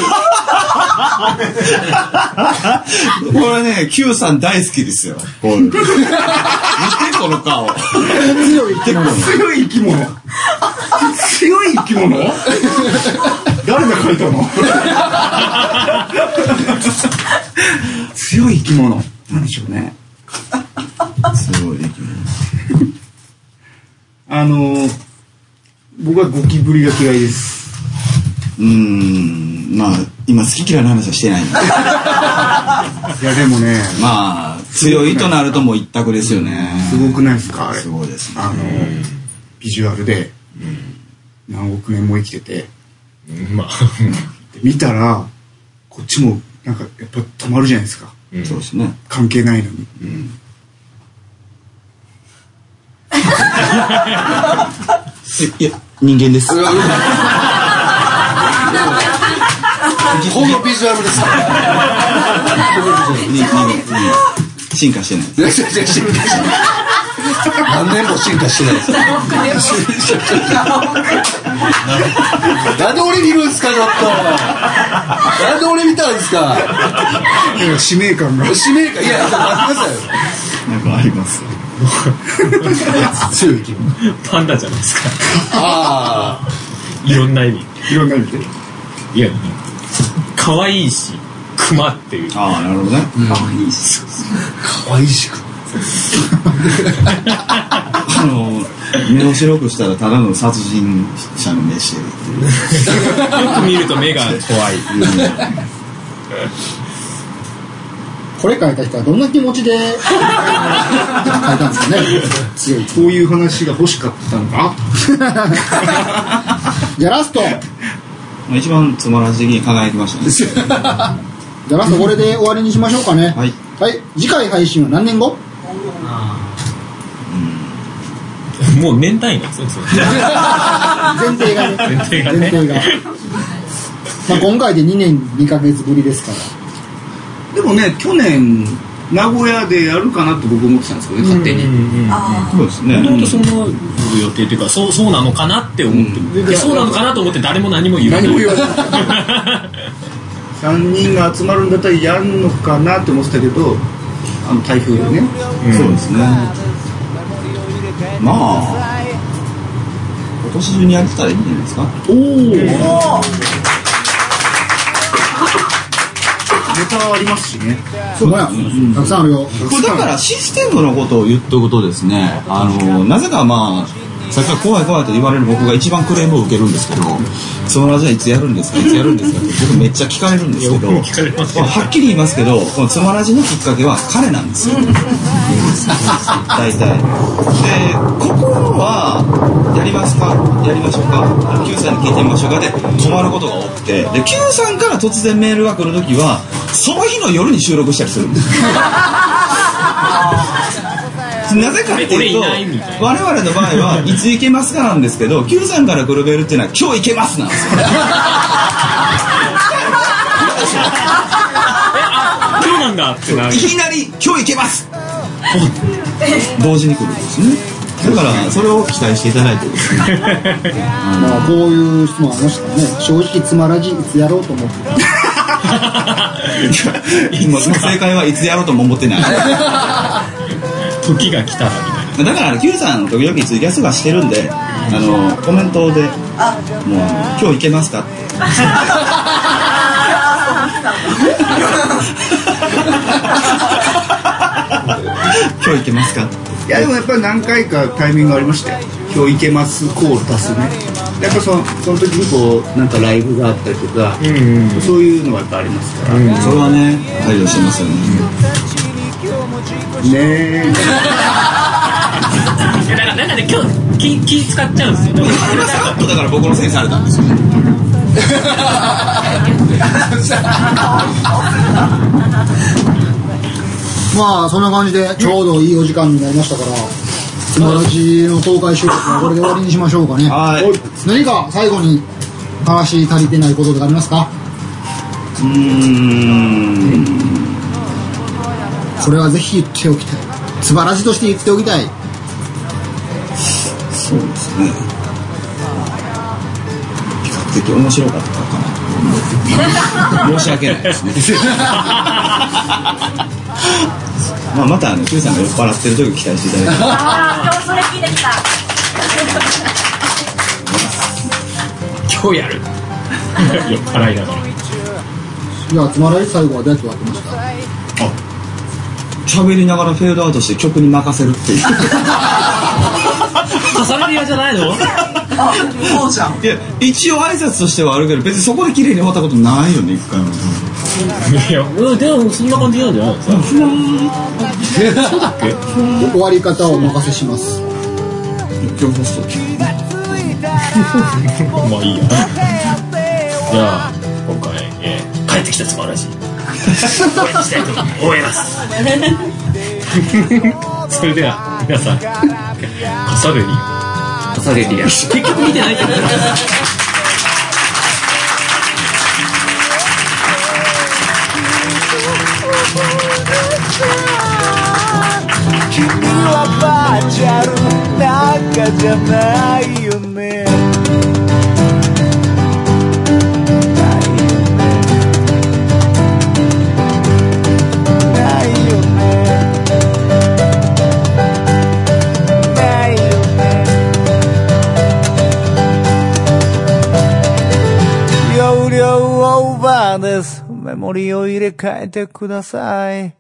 S3: これね Q さん大好きですよこう見てこの顔
S2: 強い生き
S3: 物
S6: 強い生き物強い生き物誰が書いたの 強い生き物なんでしょうね
S3: 強い生き
S6: 物あの僕はゴキブリが嫌いです
S3: うーんまあ今好き嫌いの話はしてないんで
S6: いやでもね
S3: まあ強いとなるともう一択ですよね
S6: すごくないですかあれす
S3: ごいです、
S6: あのビジュアルで何億年も生きてて
S4: まあ
S6: で見たらこっちもなんかやっぱ止まるじゃないですか、
S3: そうですね
S6: 関係ないのに、
S3: いや人間です
S9: ほんのビジュアル です
S3: ににに進化してない
S9: いやいやいや進化してない何年も進化してないです なんで俺見るんすかちょっとなんで俺見たんですか
S6: いや使命感が
S9: 使命感いやちょっと待ってくださいよ
S3: なんかあります
S9: 強い生き物
S4: パンダじゃないですか
S9: あ
S4: いろんな意味
S6: いろんな意味で
S4: いや可愛いしクマっていう
S3: ああなるほどね
S4: 可愛い
S3: し
S9: 可愛いしク
S3: あの目を白くしたらただの殺人者の目してる
S4: よく見ると目が怖い
S2: これ書いた人はどんな気持ちで書いたんですかね強い
S6: こういう話が欲しかったのか
S2: じゃあラスト
S3: まあ一番つまらず的に輝きましたね、
S2: じゃあラストこれで終わりにしましょうかねはい次回配信は何年後
S4: もう年単位なんですねそれ
S2: 前提がね
S4: 前提がね
S2: 前提がまあ、今回で2年2ヶ月ぶりですから
S6: でもね去年名古屋でやるかなって僕思ってたんですけどね勝手に、
S3: そうです
S4: もともとその予定っていうかそうそうなのかなって思って、でそうなのかなと思って誰も何も言わない
S6: 何も言わない 3人が集まるんだったらやるのかなって思ってたけどあの台風でね、
S3: そうですねまあ今年中にやってたらいいんじゃないですか
S6: おおネタはありますしね
S2: そうだ、うん、たくさんあるよ
S3: これだからシステムのことを言っておくとですねあのなぜかまあさっきから怖い怖いと言われる僕が一番クレームを受けるんですけど、そのラジオいつやるんですかいつやるんですかって僕めっちゃ聞かれるんですけど、はっきり言いますけど、このつまらじのきっかけは彼なんですよ。大体。で、心は、やりますかやりましょうか ?Q さんに聞いてみましょうかで、止まることが多くて、で、Q さんから突然メールが来るときは、その日の夜に収録したりするんですよ。なぜかっていうと、我々の場合はいつ行けますかなんですけど、Q さんから来るメールっていうのは今日行けますなんですよ。
S8: 今日なんだってなる
S3: いきなり今日行けます同時に来るんですねだからそれを期待していただいてですね
S2: まあ、こういう質問ありましたね。正直つまらじいつやろうと思ってた。
S3: 今その正解はいつやろうとも思ってない
S8: 時が来たらみ
S3: たいなだから Q さん時々ツイキャスがしてるんであのコメントで「もう今日行けますか?」って「今日行けますか?」
S6: いやでもやっぱり何回かタイミングありましたよ今日行けますコール出すねやっぱそのその時にこうなんかライブがあったりとか、そういうのがやっぱありますから、
S3: それはね配慮してますよね、
S6: ねえ
S8: いななんかなんかね今日気気使っちゃうんですよね
S3: さっとだから僕のせいにされたんですよ
S2: まあ、そんな感じで、ちょうどいいお時間になりましたから、つまらじの公開収録はこれで終わりにしましょうかね。はい。何か最後に話足りてないこととかありますか
S6: うーん
S2: これはぜひ言っておきたい。つまらじとして言っておきたい。
S3: そうですね比較的面白かったかなと思う申し訳ないですね まあまたあの Q さんが酔っ払ってる時期待していただいて
S12: ああ、今日それ聞いてきた。
S8: 今日やる酔っ払いながら
S2: じゃあ、つまらじ最後はどうやって終わってました
S3: 喋りながらフェードアウトして曲に任せるっていう
S8: 重ねるよじゃない
S3: そ
S8: の
S3: うじゃんいや一応挨拶としてはあるけど別にそこで綺麗に終わったことないよね一回も
S8: いやうんでもそんな感じなんじゃないですか
S2: そうだっけ終わり方をお任せします。
S3: 今日ホスト
S8: まあいいやじゃあ今回、えー帰ってきたつまらしい応援したいと思います それでは皆さんカサベリカサベリや結局見てないけど
S7: 君はバーチャルなんかじゃないよねないよねないよねないよね容量オーバーですメモリを入れ替えてください